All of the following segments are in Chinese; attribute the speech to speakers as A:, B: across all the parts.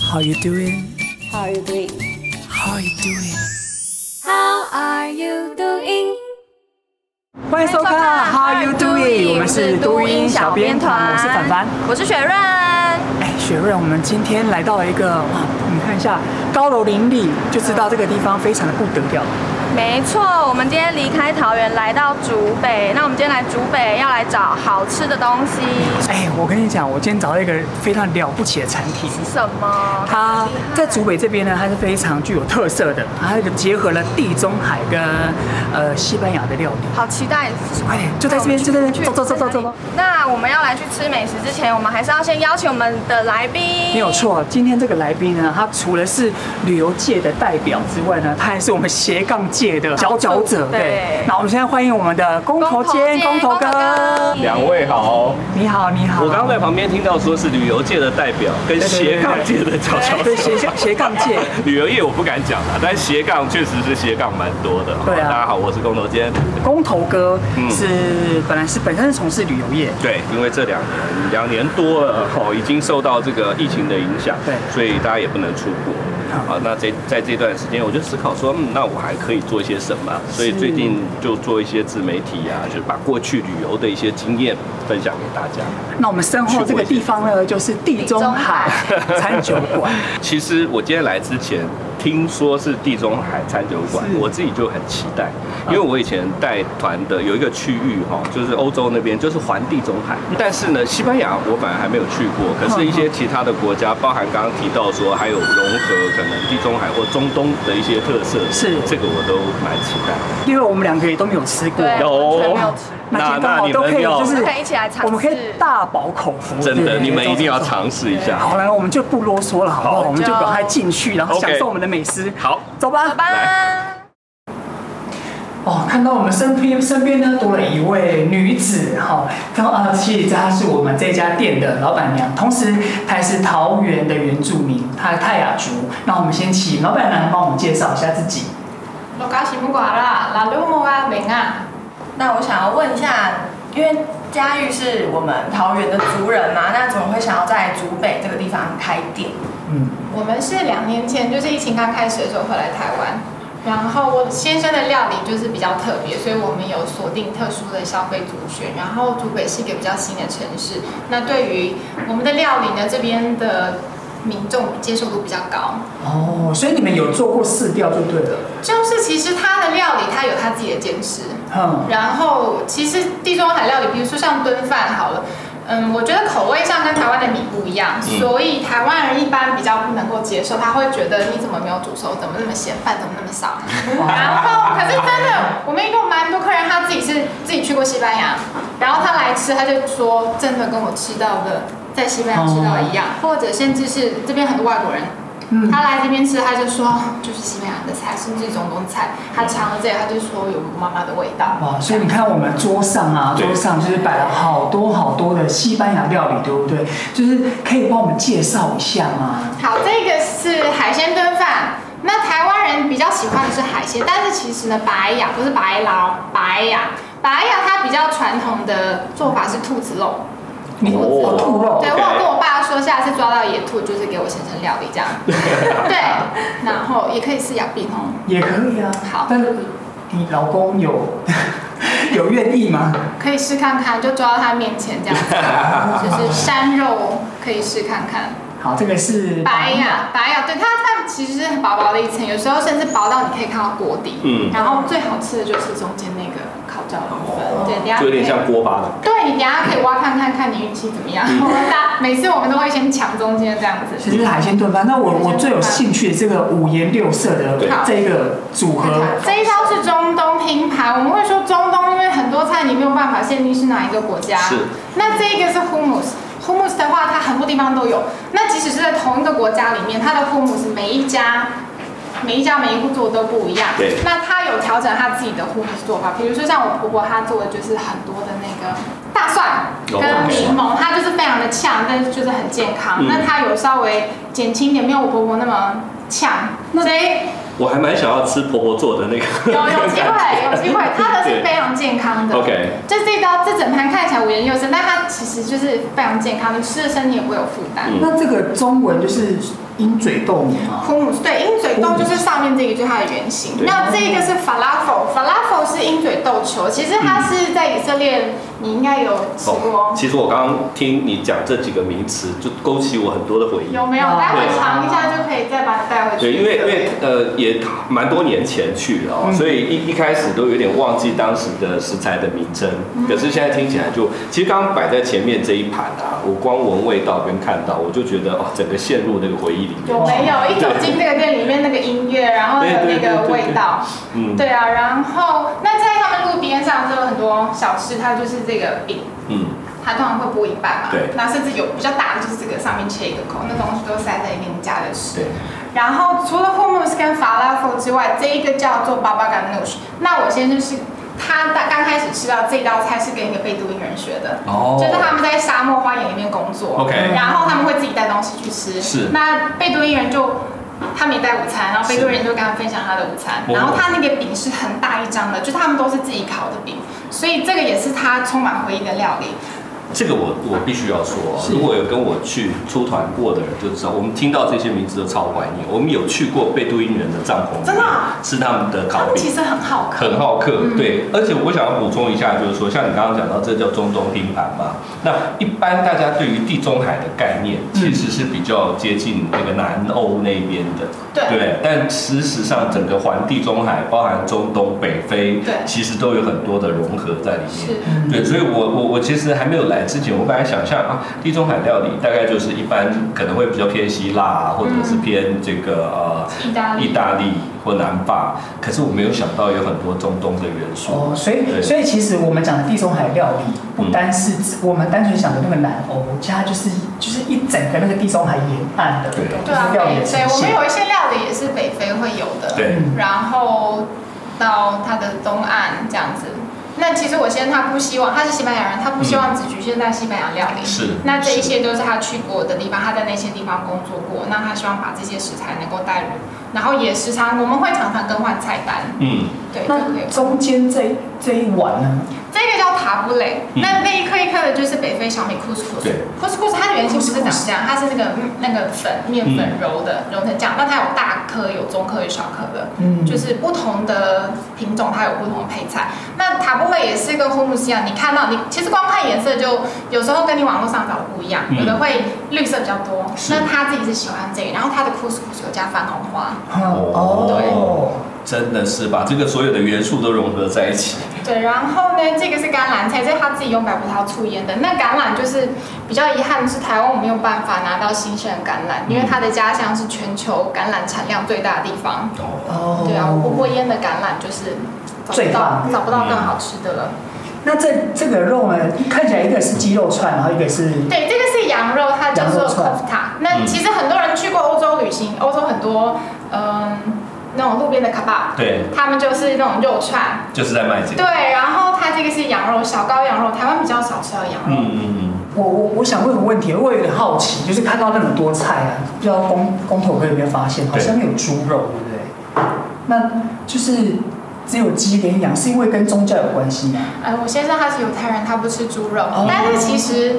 A: How you doing?
B: How are you doing?
A: How you doing?
B: How are you doing?
A: 欢迎收看 How you doing？我们是都音小编团，我是凡凡。，
B: 我是雪润。
A: 哎，雪瑞，我们今天来到了一个哇，你看一下高楼林立，就知道这个地方非常的不得了。
B: 没错，我们今天离开桃园来到竹北，那我们今天来竹北要来找好吃的东西，
A: 哎，我跟你讲，我今天找到一个非常了不起的产品。
B: 什么？
A: 它在竹北这边呢，它是非常具有特色的，它就结合了地中海跟呃西班牙的料理。
B: 好期待！
A: 快点，就在这边，就在这边，走走走走走。
B: 那我们要来去吃美食之前，我们还是要先邀请我们的来宾。
A: 没有。错，今天这个来宾呢，他除了是旅游界的代表之外呢，他还是我们斜杠界的佼佼者。
B: 对
A: 那我们现在欢迎我们的工头兼工头哥，
C: 两位好，
A: 你好，你好。
C: 我刚刚在旁边听到说是旅游界的代表跟斜杠界的 佼佼
A: 对
C: 者。
A: 斜杠斜杠界，
C: 旅游业我不敢讲啦，但斜杠确实是斜杠蛮多的。
A: 对啊
C: 大家好，我是工头坚。
A: 工头哥
C: 嗯
A: 是、本来是本身是从事旅游业，
C: 对，因为这两年两年多了，哦，已经受到这个疫情的影响，
A: 对
C: 所以大家也不能出国。
A: 好
C: 啊，那这在这段时间，我就思考说，嗯，那我还可以做一些什么？啊所以最近就做一些自媒体啊，就是把过去旅游的一些经验分享给大家。
A: 那我们身后这个地方呢，就是地中海餐酒馆。
C: 其实我今天来之前，听说是地中海餐酒馆
A: 是，
C: 我自己就很期待，因为我以前带团的有一个区域哈，就是欧洲那边，就是环地中海。但是呢，西班牙我本来还没有去过，可是一些其他的国家，包含刚刚提到说还有融合可能地中海或中东的一些特色，
A: 是
C: 这个我都蛮期待。
A: 因为我们两个也都没有吃过，
B: 对
C: 有哦
B: 完全没有吃，
C: 那
A: 那
C: 那你
A: 都可
C: 们
A: 以，
C: 要
A: 就是
B: 可以一起来尝试
A: 我们可以大饱口福。
C: 真
A: 对
C: 的，你们一定
A: 对
C: 要。
A: 对
C: 尝试一下。
A: 好了，我们就不啰嗦了，好不好？
C: 好
A: 我们就
B: 就
A: 赶快进去，然后
C: OK
A: 享受我们的美食。
C: 好，
A: 走吧，
B: 拜拜。
A: 哦，看到我们身边身边呢多了一位女子哈，刚呃，其实她是我们这家店的老板娘，同时她也是桃园的原住民，她泰雅族。那我们先请老板娘帮我们介绍一下自己。
D: 老家是木瓜啦，拉鲁木啊，明啊，
E: 那我想要问一下，因为嘉玉是我们桃园的族人嘛，那怎么会想要在竹北这个地方开店？
A: 嗯，
D: 我们是两年前就是疫情刚开始的时候回来台湾，然后我先生的料理就是比较特别，所以我们有锁定特殊的消费族群。然后竹北是一个比较新的城市，那对于我们的料理呢，这边的民众接受度比较高。
A: 哦，所以你们有做过试调就对了。
D: 就是其实他的料理，他有他自己的坚持，
A: 嗯，
D: 然后其实地中海料理，比如说像炖饭好了，嗯，我觉得口味上跟台湾的米不一样，
C: 嗯
D: 所以台湾人一般比较不能够接受，他会觉得你怎么没有煮熟，怎么那么咸，饭怎么那么少。
A: 哦
D: 然后可是真的，我们一共蛮多客人，他自己是自己去过西班牙，然后他来吃，他就说真的跟我吃到的在西班牙吃到的一样，或者甚至是这边很多外国人。
A: 哦嗯
D: 他来这边吃，他就说就是西班牙的菜，甚至中东菜。他尝了这个，他就说有妈妈的味道。
A: 哇，所以你看我们桌上啊，
C: 对
A: 桌上就是摆了好多好多的西班牙料理，对不对？就是可以帮我们介绍一下吗？
D: 好，这个是海鲜炖饭。那台湾人比较喜欢的是海鲜，但是其实呢，白雅不是白劳，白雅，白雅它比较传统的做法是兔子肉。
A: 你
C: 哦
A: 兔肉
D: 对，
C: OK
D: 我有跟我爸说，下次抓到野兔就是给我先生料理这样。对，然后也可以是养病哦。
A: 也可以啊。
D: 好
A: 但是你老公有 有愿意吗？
D: 可以试看看，就抓到他面前这样子，就是山肉可以试看看。
A: 好，这个是
D: 白呀，白呀，对它它其实是薄薄的一层，有时候甚至薄到你可以看到锅底。
C: 嗯
D: 然后最好吃的就是中间那个烤焦的部分，对，等一下
C: 哦就有点
D: 可以
C: 像嗯锅巴的，
D: 对你等一下可以挖看看看你运气怎么样。我们 大每次我们都会先抢中间这样
A: 其
D: 子。
A: 实是海鲜炖饭。那我
D: 海鲜
A: 我
D: 炖饭
A: 最有兴趣的这个五颜六色的
C: 对
A: 这个组合，
D: 这一道是中东拼盘，我们会说中东，因为很多菜你没有办法限定是哪一个国家。
C: 是。
D: 那这个是 hummus。hummus 的话，它很多地方都有。那即使是在同一个国家里面，它的 hummus 每一家每一家每一户做的都不一样。
C: 对
D: 那他有调整他自己的护肤做法，比如说像我婆婆，她做的就是很多的那个大蒜
C: 哦
D: 跟柠檬，它就是非常的呛，但是就是很健康。
C: 嗯
D: 那她有稍微减轻一点，没有我婆婆那么呛，所以
C: 我还蛮想要吃婆婆做的那个。
D: 有有机会，有机会，它的是非常健康的。
C: OK。
D: 就这道这整盘看起来五颜六色，但它其实就是非常健康，你吃了身体也不会有负担。
C: 嗯
A: 那这个中文就是鹰嘴豆泥吗？
D: 库姆斯对鹰嘴豆就是上面这个，就是它的原型。
C: 对
D: 那这个是 falafel，falafel 是鹰嘴豆球，其实它是在以色列，你应该有吃过，
C: 哦其实我刚刚听你讲这几个名词，就勾起我很多的回忆。
D: 有没有？
A: 哦
D: 待会尝一下就可以再把它带回去。
C: 对，因为因为呃也蛮多年前去了、哦，
A: 嗯
C: 所以一一开始都有点忘记当时的食材的名称。
D: 嗯
C: 可是现在听起来就，其实刚刚摆在前面这一盘啊，我光闻味道跟看到，我就觉得哦，整个陷入那个回忆里面。
D: 有没有一走进这个店里面那个音乐，然后还有那个味道，
C: 嗯，
D: 对啊，然后那在他们路边上就有很多小吃，它就是这个饼，
C: 嗯，
D: 它通常会剥一半嘛，
C: 对
D: 那甚至有比较大的就是这个上面切一个口，那东西都塞在里面夹着吃。
C: 对，
D: 然后除了 hummus 跟 falafel 之外，这一个叫做 baba ganoush。那我先生是他大刚开始吃到这道菜是跟一个贝都因人学的，
C: 哦
D: 就是他们在沙漠花园里面工作
C: OK
D: 然后他们会自己带东西去吃。
C: 是
D: 那贝都因人就他们也带午餐，然后贝都因人就跟他分享他的午餐，
C: 哦
D: 然后他那个饼是很大一张的，就是他们都是自己烤的饼，所以这个也是他充满回忆的料理。
C: 这个我我必须要说哦，
A: 是
C: 如果有跟我去出团过的人就知道，我们听到这些名字都超怀念。我们有去过贝都因人的帐篷，
D: 真的啊
C: 吃他们的
D: 他
C: 烤
D: 们
C: 饼
D: 其，实很好客，
C: 很好客，
D: 嗯
C: 对。而且我想要补充一下，就是说，像你刚刚讲到，这叫中东拼盘嘛。那一般大家对于地中海的概念，
D: 嗯
C: 其实是比较接近那个南欧那边的，
D: 对
C: 不对。但事实上，整个环地中海，包含中东、北非，
D: 对
C: 其实都有很多的融合在里面。
D: 是。
C: 对，所以我我我其实还没有来之前，我本来想象啊，地中海料理大概就是一般可能会比较偏希腊啊，或者是偏这个呃
D: 意大利
C: 意大利或南法，可是我没有想到有很多中东的元素。
A: 哦，所以
C: 对
A: 所以其实我们讲的地中海料理，不单是指
C: 嗯
A: 我们单纯想的那个南欧，它就是就是一整个那个地中海沿岸的，
C: 对
A: 就
D: 对啊，
A: 是料理
D: 北
A: 的呈
D: 非，我们
A: 现。
D: 有一些料理也是北非会有的，
C: 对
A: 嗯
D: 然后到它的东岸这样子。那其实我先生他不希望，他是西班牙人，他不希望只局限在西班牙料理。
C: 是
D: 那这一些都是他去过的地方，他在那些地方工作过，那他希望把这些食材能够带入，然后也时常我们会常常更换菜单，
C: 嗯，
D: 对，对
A: 那
D: 对。
A: 中间这这一碗呢？
D: 这个叫塔布雷，
C: 嗯
D: 那那一颗一颗的就是北非小米 couscous
C: 对。
D: couscous 它的原型不是长这样，它是那个嗯那个粉面粉
C: 嗯
D: 揉的，揉成酱。那它有大颗、有中颗、有小颗的，
A: 嗯
D: 就是不同的品种它有不同的配菜。那塔布雷也是跟呼姆斯一啊样，你看到你其实光看颜色就有时候跟你网络上找的不一样，
C: 嗯
D: 有的会绿色比较多。
C: 是
D: 那他自己是喜欢这个，然后他的 couscous 有加番红花，
A: 哦，
C: 真的是把这个所有的元素都融合在一起。
D: 对，然后呢，这个是橄榄菜，这是他自己用白葡萄醋腌的。那橄榄就是比较遗憾的是，台湾我没有办法拿到新鲜的橄榄，因为他的家乡是全球橄榄产量最大的地方。
C: 哦，
A: 哦，
D: 对啊，我不过腌的橄榄就是找
A: 最
D: 不到
A: 棒
D: 找不到更好吃的了。
A: 那这这个肉呢，看起来一个是鸡肉串，然后一个是
D: 对，这个是羊肉，它叫
A: 羊
D: 做
A: 肉串嗯
D: kofta。那其实很多人去过欧洲旅行，欧洲很多嗯那种路边的 kebab，
C: 对，
D: 他们就是那种肉串。
C: 就是在卖这个。
D: 对，然后它这个是羊肉小羔羊肉，台湾比较少吃到羊肉。
C: 嗯嗯嗯。
A: 我我我想问个问题，我有点好奇，就是看到那么多菜啊，不知道工工头哥有没有发现，好像没有猪肉，对不对？那就是只有鸡跟羊，是因为跟宗教有关系吗？
D: 呃，我先生他是犹太人，他不吃猪肉，
A: 哦
D: 但是其实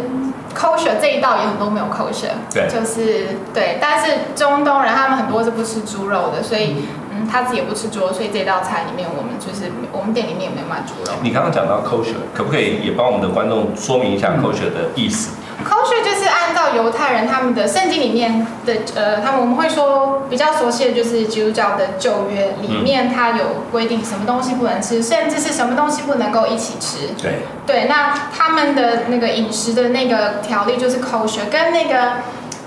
D: kosher 这一道也很多没有 kosher，
C: 对
D: 就是对，但是中东人他们很多是不吃猪肉的，所以嗯，他自己也不吃猪肉，所以这道菜里面我们就是我们店里面也没有卖猪肉。
C: 你刚刚讲到 kosher，可不可以也帮我们的观众说明一下 kosher 的意思？
D: kosher 就是按照犹太人他们的圣经里面的呃，他们我们会说比较熟悉的就是基督教的旧约里面，它有规定什么东西不能吃，甚至是什么东西不能够一起吃。
C: 对，
D: 对，那他们的那个饮食的那个条例就是 kosher，跟那个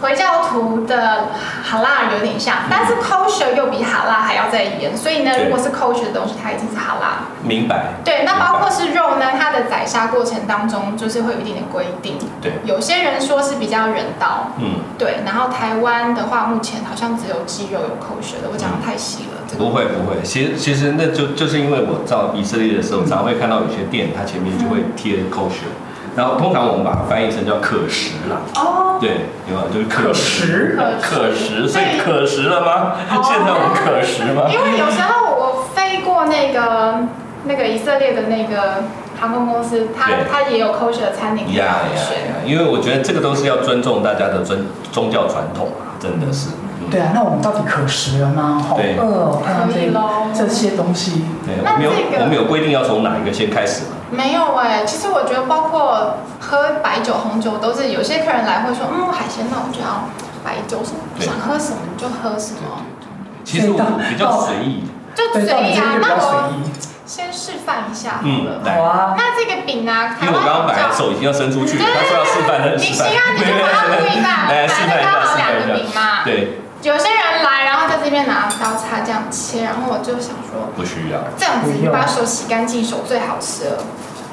D: 回教徒的哈拉有点像，但是 kosher 又比哈拉还要再严，所以呢，
C: 对
D: 如果是 kosher 的东西，它已经是哈拉。
C: 明白。
D: 对，那包括是肉呢，它的宰杀过程当中就是会有一点点规定。
C: 对
D: 有些人说是比较人道。
C: 嗯。
D: 对，然后台湾的话，目前好像只有鸡肉有 kosher 的，我讲的太细了。这个
C: 不会不会，其实其实那就就是因为我到以色列的时候，常会看到有些店它前面就会贴 kosher，然后通常我们把它翻译成叫可食啦，
D: 哦，
C: 对，有没有？就是可
A: 食
C: 可食，所以
D: 对
C: 可食了吗？
D: 哦
C: 现在我们可食吗？
D: 因为有时候我飞过那个那个以色列的那个航空公司，它
C: 对
D: 它也有 kosher 的餐厅可以
C: 呀
D: 让
C: 呀
D: 你选。
C: 呀！因为我觉得这个都是要尊重大家的尊宗教传统啊，真的是。嗯
A: 对啊，那我们到底可食了吗？好
C: 对
A: 饿哦，看到
D: 可以咯
A: 这这些东西，
C: 对，
D: 那
C: 我们有
D: 这个
C: 我们有规定要从哪一个先开始吗？
D: 没有哎、其实我觉得包括喝白酒、红酒都是有些客人来会说，嗯，海鲜那我就要白酒，什么
C: 对
D: 想喝什么你就喝什么，
C: 其实我们比较随意，
D: 就
A: 对，到
D: 随
A: 底
D: 意
A: 这
D: 啊
A: 些。比
D: 那
A: 较随
D: 我
A: 意。
D: 先示范一下好
C: 嗯
D: 了。
C: 来
A: 好啊，
D: 那这个饼啊，
C: 因
D: 台
C: 为我
D: 湾
C: 刚刚本来
D: 叫
C: 手已经要伸出去，
D: 对
C: 他说要示范，他就
D: 你
C: 示
D: 行
C: 范，
D: 啊，你就把 它录一半，
C: 来
D: 反
C: 示
D: 正
C: 范一
D: 刚
C: 下，
D: 好
C: 哎示范
D: 两个
C: 一
D: 饼
C: 下，
D: 嘛。
C: 对，
D: 有些人来，然后他在这边拿刀叉这样切，然后我就想说，
C: 不需要，
D: 这样子
A: 不用
D: 把手洗干净，手最好吃了。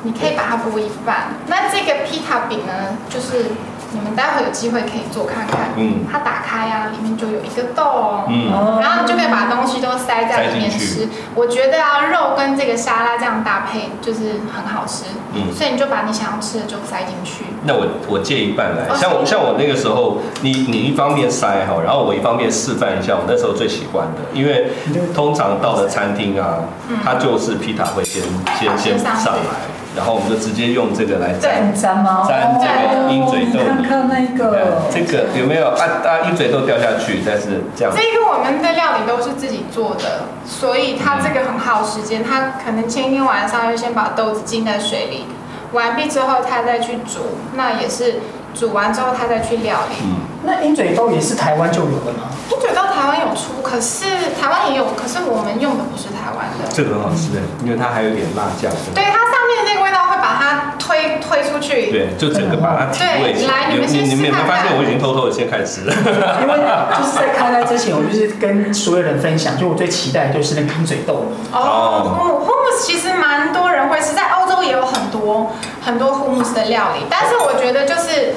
D: 你可以把它剥一半。那这个披萨饼呢，就是你们待会有机会可以做看看。
C: 嗯
D: 它打开啊，里面就有一个洞。
C: 嗯，
A: 哦
D: 然后你就可以把东西都塞在里面
C: 塞进去
D: 吃。我觉得啊，肉跟这个沙拉这样搭配就是很好吃。
C: 嗯
D: 所以你就把你想要吃的就塞进去。
C: 那我我借一半来，
D: 哦
C: 像我像我那个时候，你你一方面塞哈，然后我一方面示范一下我那时候最喜欢的，因为通常到了餐厅啊，
D: 嗯
C: 它就是皮塔会先
D: 啊
C: 先先上来，然后我们就直接用这个来
D: 对
C: 蘸
A: 很粘吗？
C: 沾这
A: 哦
C: 个鹰嘴豆
A: 你看看那
D: 哦
A: 个，
C: 哎这个有没有啊啊鹰嘴豆掉下去，但是这样
D: 这个我们的料理都是自己做的，所以它这个很耗时间。它可能前一天晚上就先把豆子浸在水里，完毕之后它再去煮，那也是煮完之后它再去料理。
C: 嗯。
A: 那鹰嘴豆也是台湾就有的吗？
D: 我觉得到台湾有出，可是台湾也有，可是我们用的不是台湾的。
C: 这个很好吃的，因为它还有点辣酱。
D: 对，它上面的那个味道会把它推推出去。
C: 对，就整个把它提味起
D: 对来你
C: 你
D: 们先
C: 你们有没有
D: 试看
C: 发
D: 看
C: 现我已经偷偷的先开始吃了？
A: 因为就是在开拍之前，我就是跟所有人分享，就我最期待的就是那个鹰嘴豆，
D: 哦，hummus 其实蛮多人会吃，在欧洲也有很多很多 hummus 的料理，但是我觉得就是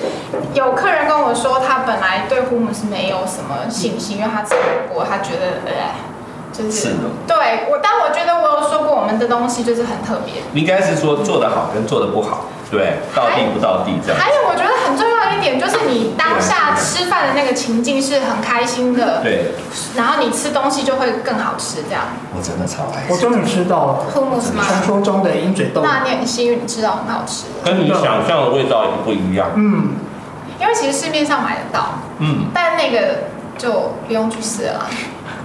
D: 有客人跟我说，他本来对 hummus 没有什么信心，因为他吃不过，他觉得呃，就是
C: 是的
D: 对我，但我觉得我有说过，我们的东西就是很特别。
C: 应该是说做得好跟做得不好，对，到地不到地这样。
D: 还有我觉得很重要一点就是你当下吃饭的那个情境是很开心的，
C: 对，
D: 然后你吃东西就会更好吃，这样
C: 我真的超爱
A: 我
C: 吃。
A: 终于吃到了
D: hummus 吗？
A: 传说中的鹰嘴豆。
D: 那你很幸运，你吃到很好吃的。
C: 跟你想象的味道也不一样。
A: 嗯，
D: 因为其实市面上买得到，
C: 嗯，
D: 但那个就不用去试了啦。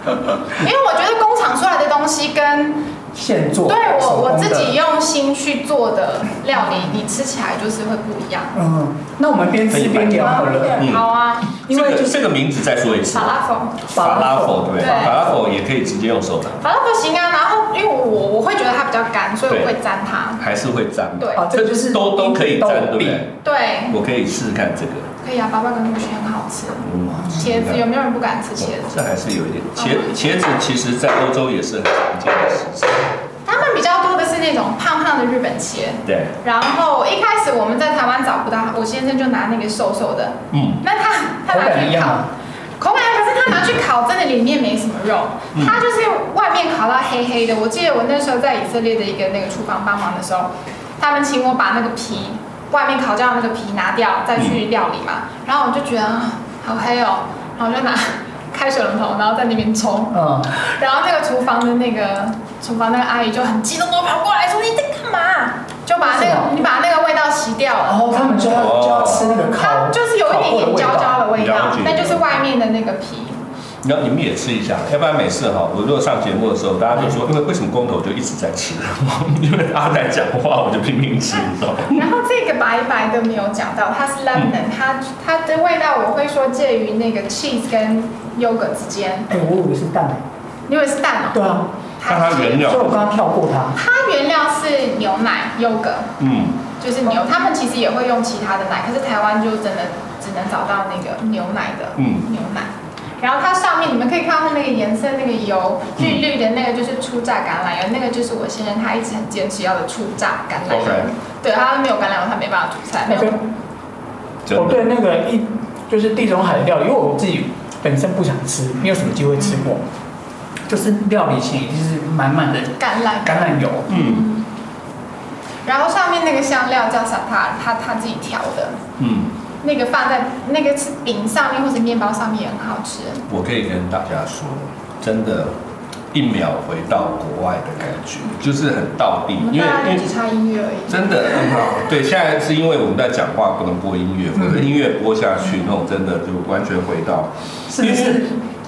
D: 因为我觉得工厂出来的东西跟
A: 现做
D: 对我
A: 手工
D: 我
A: 的
D: 自己用心去做的料理，你吃起来就是会不一样。
A: 嗯，那我们边吃边聊好了，
C: 嗯
D: 好啊，
A: 因为就
C: 这个
A: 是
C: 这个名字再说一次
D: 法。拉风，
C: 法拉佛对，
D: 对
C: 法拉佛也可以直接用手拿，
D: 法拉风行啊。然后因为我我会觉得它比较干，所以我会沾它。
C: 还是会沾。
D: 对
A: 啊，这个就是
C: 都都可以沾，对不对？
D: 对，
C: 我可以试试看这个。
D: 可以啊，八八跟木须很好吃。
C: 嗯，
D: 茄子有没有人不敢吃茄子？
C: 哦
D: 哦
C: 这还是有一点茄茄子，其实在欧洲也是很常见的食材。
D: 他们比较多的是那种胖胖的日本茄。
C: 对，
D: 然后一开始我们在台湾找不到，我先生就拿那个瘦瘦的，
C: 嗯，
D: 那他他
A: 口
D: 拿
A: 感一
D: 去
A: 样
D: 烤
A: 吗，
D: 口感一样，可是他拿去烤，真的里面没什么肉，它就是外面烤到黑黑的。我记得我那时候在以色列的一个那个厨房帮忙的时候，他们请我把那个皮外面烤焦的那个皮拿掉，再去料理嘛。然后我就觉得啊好黑哦，然后我就拿开水龙头，然后在那边冲。
A: 嗯，
D: 然后那个厨房的那个厨房那个阿姨就很激动地跑过来说：“你在干嘛？”就把那
A: 为什
D: 个
A: 么
D: 你把那个味道洗掉
A: 然
D: 了，
A: 后他们就要
C: 哦
A: 就要吃那个
D: 它
A: 哦烤，
D: 就是有一点点焦焦的味
C: 了
D: 道
C: 解，
D: 那就是外面的那个皮。
C: 然后你们也吃一下，要不然每次哈，我如果上节目的时候，大家就说，因为为什么工头就一直在 吃，因为他在讲话，我就拼命吃，你知道吗？
D: 然后这个白白的没有讲到，它
C: 嗯
D: 是 lemon，、它它的味道我会说介于那个 cheese 跟 yogurt 之间。
A: 哎，我以为是蛋奶，
D: 你以为是蛋哦？
A: 对啊，
C: 看它原料
A: 所以我刚刚跳过它，
D: 它原料是牛奶 yogurt，
C: 嗯，
D: 就是牛。他们其实也会用其他的奶，可是台湾就真的只能找到那个牛奶的。
C: 嗯
D: 牛奶。然后它上面你们可以看到它那个颜色，那个油
C: 嗯
D: 绿绿的那个就是初榨橄榄油，那个就是我先生他一直很坚持要的初榨橄榄油
C: OK。
D: 对，他没有橄榄油，他没办法煮菜。没
A: 那
D: 有
A: 个
C: 真
A: 我
C: 的
A: 哦对那个一就是地中海的料理，因为我自己本身不想吃，没有什么机会吃过，就是料理前一定是满满的
D: 橄榄。
A: 橄榄油，
C: 嗯
D: 然后上面那个香料叫萨塔，他他自己调的，
C: 嗯，
D: 那个放在那个是饼上面或者面包上面也很好吃。
C: 我可以跟大家说，真的，一秒回到国外的感觉，就是很到地
D: 我，们
C: 因为
D: 大概
C: 因
D: 就
C: 为
D: 只差音乐而已。
C: 真的很好。对，现在是因为我们在讲话不能播音乐，可是音乐播下去，那种真的就完全回到
A: 是不是？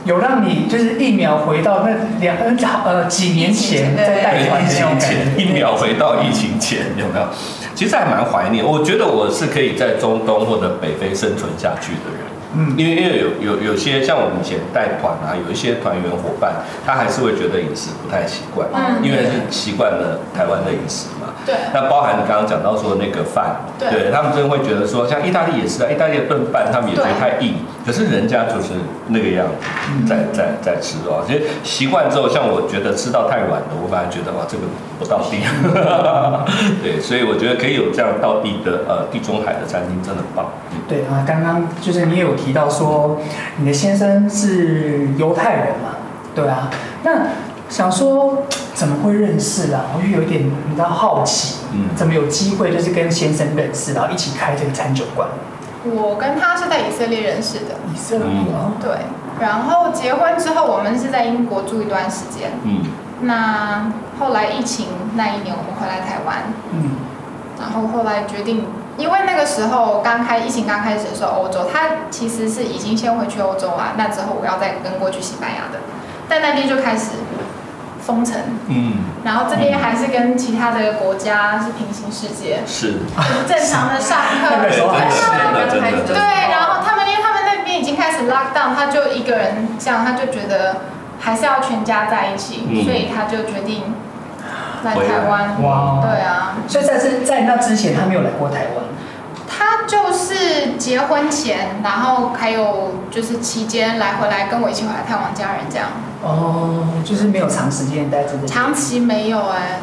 A: 有让你就是疫苗回到那两呃呃几年前在带团的那
C: 疫情
A: 种感
C: 前
A: 觉，
C: 疫苗回到疫情前有没有？其实还蛮怀念，我觉得我是可以在中东或者北非生存下去的人。
A: 嗯
C: 因为因为有有有些像我们以前带团啊，有一些团员伙伴，他还是会觉得饮食不太习惯，
D: 嗯
C: 因为是习惯了台湾的饮食嘛。
D: 对
C: 那包含你刚刚讲到说那个饭，
D: 对
C: 他们真的会觉得说，像意大利也是啊，意大利的炖饭他们也不
D: 对
C: 太硬，可是人家就是那个样子在在在吃哦。其实习惯之后，像我觉得吃到太软了，我反而觉得哇，这个不到地。 对，所以我觉得可以有这样到地的呃地中海的餐厅真的很棒。嗯
A: 对啊，刚刚就是你也有提到说，你的先生是犹太人嘛？对啊，那想说怎么会认识啊？我就有一点你知道好奇，
C: 嗯
A: 怎么有机会就是跟先生认识，然后一起开这个餐酒馆？
D: 我跟他是在以色列认识的，
A: 以色列啊，
D: 对。然后结婚之后，我们是在英国住一段时间。
C: 嗯。
D: 那后来疫情那一年，我们回来台湾，
A: 嗯，
D: 然后后来决定，因为那个时候刚开疫情刚开始的时候，欧洲他其实是已经先回去欧洲啊，那之后我要再跟过去西班牙的，但那边就开始封城，
C: 嗯，
D: 然后这边还是跟其他的国家是平行世界，
C: 是，
D: 就是正常的上课。
A: 那个时候还是
C: 真的真的真的
D: 对，然后他们因为他们那边已经开始 lock down，他就一个人这样，他就觉得还是要全家在一起，
C: 嗯
D: 所以他就决定来台湾。
A: 哇哦
D: 对啊，
A: 所以在这在那之前他没有来过台湾，
D: 他就是结婚前，然后还有就是期间来回来跟我一起回来探望家人，这样
A: 哦，就是没有长时间待在这里，
D: 长期没有哎、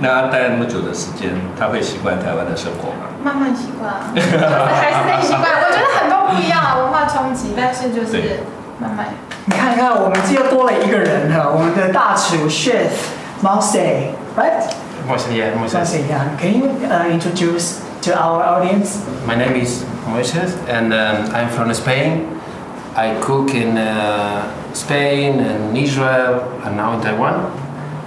C: 那他待那么久的时间，他会习惯台湾的生活吗？
D: 慢慢习 惯，就是还是得习惯。我觉得很多不一样的文化冲击，但是就是
C: 对
D: 慢慢。
A: 你看看，我们这又多了一个人哈，我们的大厨 Chef Mousey。Right?
F: Moisin, yeah,
A: So I
F: Moisin.
A: say, yeah. Can you uh, introduce to our audience?
F: My name is Moises, and um, I'm from Spain. I cook in uh, Spain and Israel, and now in Taiwan.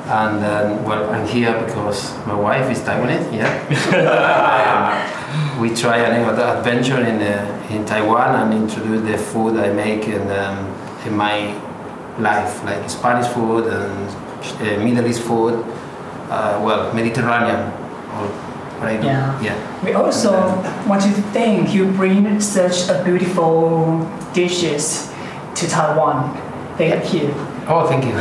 F: And um, well, I'm here because my wife is Taiwanese. Yeah, Um, we try an adventure in uh, in Taiwan and introduce the food I make in um, in my life, like Spanish food and uh, Middle East food. Uh, well, Mediterranean. Or what I do.
A: Yeah.
F: yeah.
A: We also want to thank you bring such a beautiful dishes to Taiwan. Thank you.
F: Oh, thank you.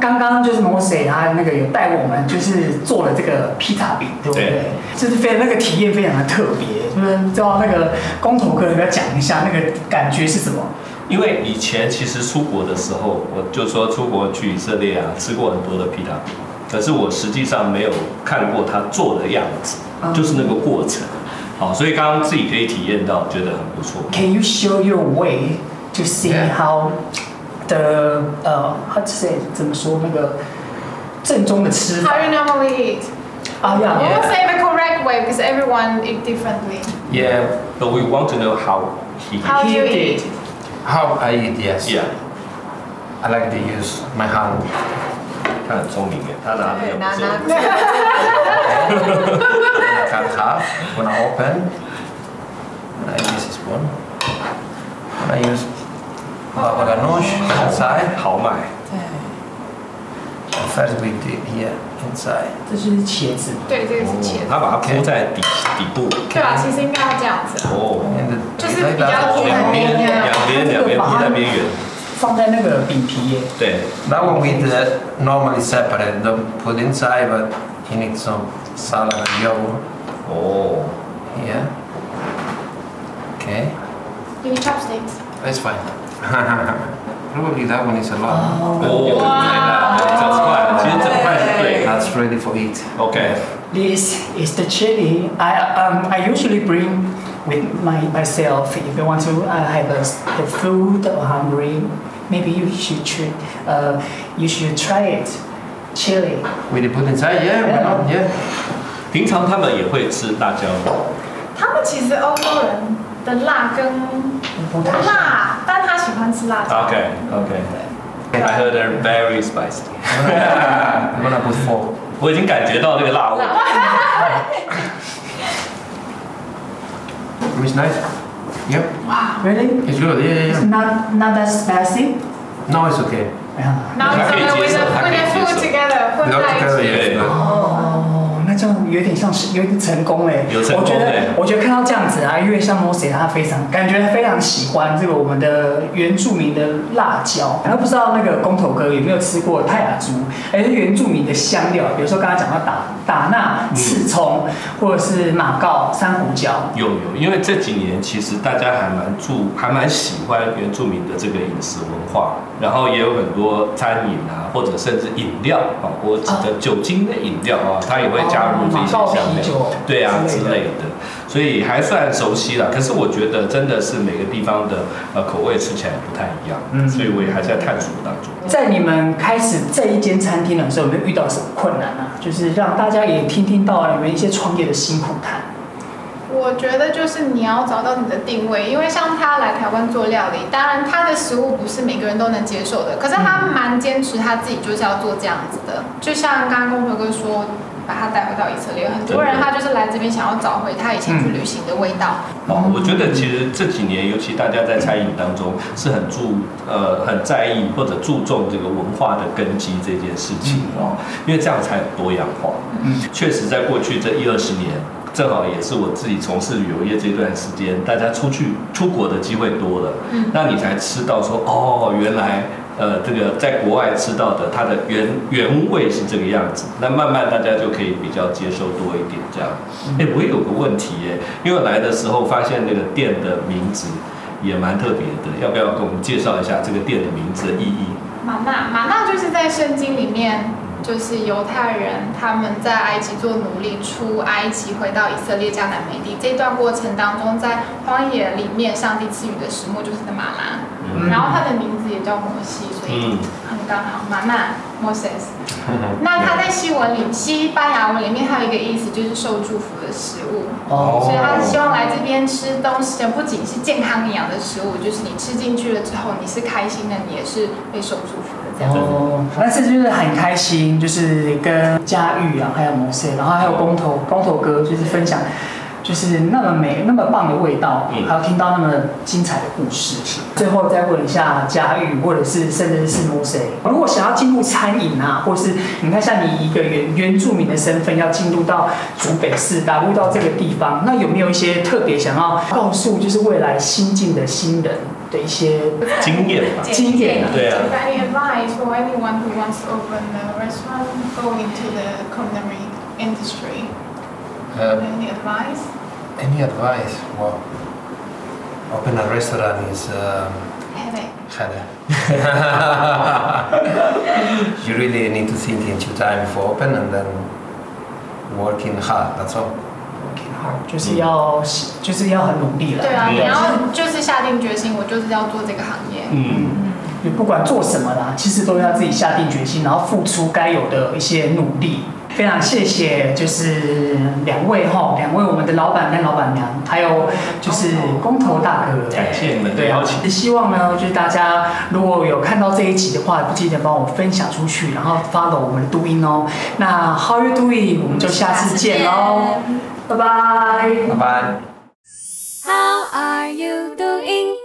A: 刚刚就是 Mose 他那个有带我们，就是做了这个披萨饼，对不对
C: 对？
A: 就是非那个体验非常的特别，就是知道那个工头哥要不要讲一下那个感觉是什么？
C: 因为以前其实出国的时候，我就说出国去以色列啊，吃过很多的披萨饼，可是我实际上没有看过他做的样子
A: 嗯，
C: 就是那个过程。好，所以刚刚自己可以体验到，觉得很不错。
A: Can you show your way to see
F: Yeah.
A: how the 呃、how to say 怎么说那个正宗的吃法
D: How you normally eat?
A: 啊
D: I
A: yeah.
D: won't say the correct way because everyone eat differently.
F: Yeah,
C: But we want to know how he.
D: How
A: He
D: you
A: did.
D: eat?
F: how I eat, yes.
C: Yeah，
F: I like to use my hand.
C: 他很聪明耶，他拿那个不是我们
G: 拿
F: When I cut half, when I open, I use this one. When I use baba ganoush inside.
C: 好买，
F: First we dip here inside.
A: 这就是茄子，
D: 对，这个是茄子。
C: 他把它铺在底底部。
D: 对吧？其实应该要这样子啊。
C: 哦，
F: And the,
D: Just
F: like
D: 比较
F: that.
C: 两边两边两边铺在边缘，
A: 放在那个饼皮耶。
C: 对。
F: That one we uh, normally separate, don't put inside, but you need some salad and yogurt.
C: 哦，
F: Yeah. Okay.
D: You need chopsticks.
F: That's fine. Probably that one is a lot.
C: 哦，整块，其实整块是对的。
F: That's ready for eat.
C: OK，
A: This is the chili. I um I usually bring with my myself. If you want to uh, have a, the food or hungry, maybe you should try. Uh, you should try it. Chili.
F: We did put inside, yeah, why not? Yeah.
C: 平常他们也会吃辣椒，
D: 他们其实欧洲人的辣跟
A: 不太像
D: 辣，
C: 啊
D: 但他喜欢吃辣椒。
C: Okay, okay. I heard they're very spicy.
F: I'm gonna put four.
C: 我已经感觉到那个辣味。
F: It was nice. Yep,
D: Wow.
A: Really?
F: it's good. Yeah,
A: It's
F: yeah,
A: not not that spicy.
F: yeah. No, it's okay.
A: Yeah.
D: Now
C: 它可以
D: it's
C: 接
D: with
C: 受它
D: the
C: 可以
D: with the
C: 接
D: food
C: 受
D: together，混
F: Not
D: 在一
F: together
D: 起。
C: 对
F: yet.
C: 对
A: 哦，那这样有点像是有点成功嘞。
C: 有成功
A: 我觉得
C: 对
A: 我觉得看到这样子啊，因为像 Mose 他非常感觉非常喜欢这个我们的原住民的辣椒，然后不知道那个工头哥有没有吃过泰雅族，哎，原住民的香料，比如说刚刚讲到打打纳、刺葱，
C: 嗯
A: 或者是马告、山胡椒。
C: 有有，因为这几年其实大家还蛮注，还蛮喜欢原住民的这个饮食文化，然后也有很多餐饮啊，或者甚至饮料啊，我指的酒精的饮料啊，它也会加入这些
A: 哦马告
C: 香
A: 啤酒
C: 料，对啊
A: 之
C: 之
A: 类的
C: 类的，所以还算熟悉了。可是我觉得真的是每个地方的呃口味吃起来不太一样，
A: 嗯
C: 所以我也还在探索当中。
A: 在你们开始这一间餐厅的时候，有没有遇到什么困难啊？就是让大家也听听到你们一些创业的辛苦谈。
D: 我觉得就是你要找到你的定位，因为像他来台湾做料理，当然他的食物不是每个人都能接受的，可是他蛮坚持他自己就是要做这样子的。就像刚刚公头哥说，把他带回到以色列，很多人他就是来这边想要找回他以前去旅行的味道。
C: 哦，我觉得其实这几年，尤其大家在餐饮当中是很注呃很在意或者注重这个文化的根基这件事情哦，因为这样才有多样化。
A: 嗯，
C: 确实，在过去这一二十年，正好也是我自己从事旅游业这段时间，大家出去出国的机会多了，
D: 嗯
C: 那你才吃到说哦，原来。呃，这个在国外吃到的，它的原原味是这个样子，那慢慢大家就可以比较接受多一点这样。
D: 嗯
C: 哎、我也有个问题耶，因为来的时候发现那个店的名字也蛮特别的，要不要给我们介绍一下这个店的名字的意义？
D: 玛纳，玛纳就是在圣经里面，就是犹太人他们在埃及做奴隶，出埃及回到以色列迦南美地这段过程当中，在荒野里面，上帝赐予的食物就是玛纳，
A: 嗯
D: 然后他的名字也叫摩西，所以
C: 嗯，
D: 很刚好，玛纳 Moses。那它在西文里，西班牙文里面还有一个意思就是受祝福的食物，
A: 哦，
D: 所以他希望来这边吃东西，不仅是健康营养的食物，就是你吃进去了之后，你是开心的，你也是被受祝福的这样。
A: 哦，那这就是很开心，就是跟佳玉啊，还有摩西，然后还有工头工头哥，就是分享，就是那么美、那么棒的味道，
C: 嗯
A: 还有听到那么精彩的故事。最后再问一下佳玉，或者是甚至是摩西，如果想要进入餐饮啊，或是你看像你一个原原住民的身份要进入到竹北市，打入到这个地方，那有没有一些特别想要告诉，就是未来新进的新人的一些
C: 哦经验吧。
A: 经验啊？
C: 对啊
D: If any advice for anyone who wants to open a restaurant, go into the culinary industry?
F: Um,
D: Any advice?
F: any advice? Wow. Open a restaurant is um,
D: Headache.
F: harder. you really need to think in two time before open and then working hard. That's all.
A: 就是要就是要很努力了。
D: 对啊，
C: 嗯
D: 你要就是下定决心，我就是要做这个行业。
C: 嗯，
A: 你不管做什么啦，其实都要自己下定决心，然后付出该有的一些努力。非常谢谢，就是两位哈，两位我们的老板跟老板娘，还有就是工头大哥，
C: 感谢哎你们的
A: 对啊
C: 邀请，
A: 希望呢，就是大家如果有看到这一集的话，不记得帮我分享出去，然后 follow 我们的读音哦。那 How you doing？我们就下次见喽，拜拜。
F: Bye bye.
H: How are you doing?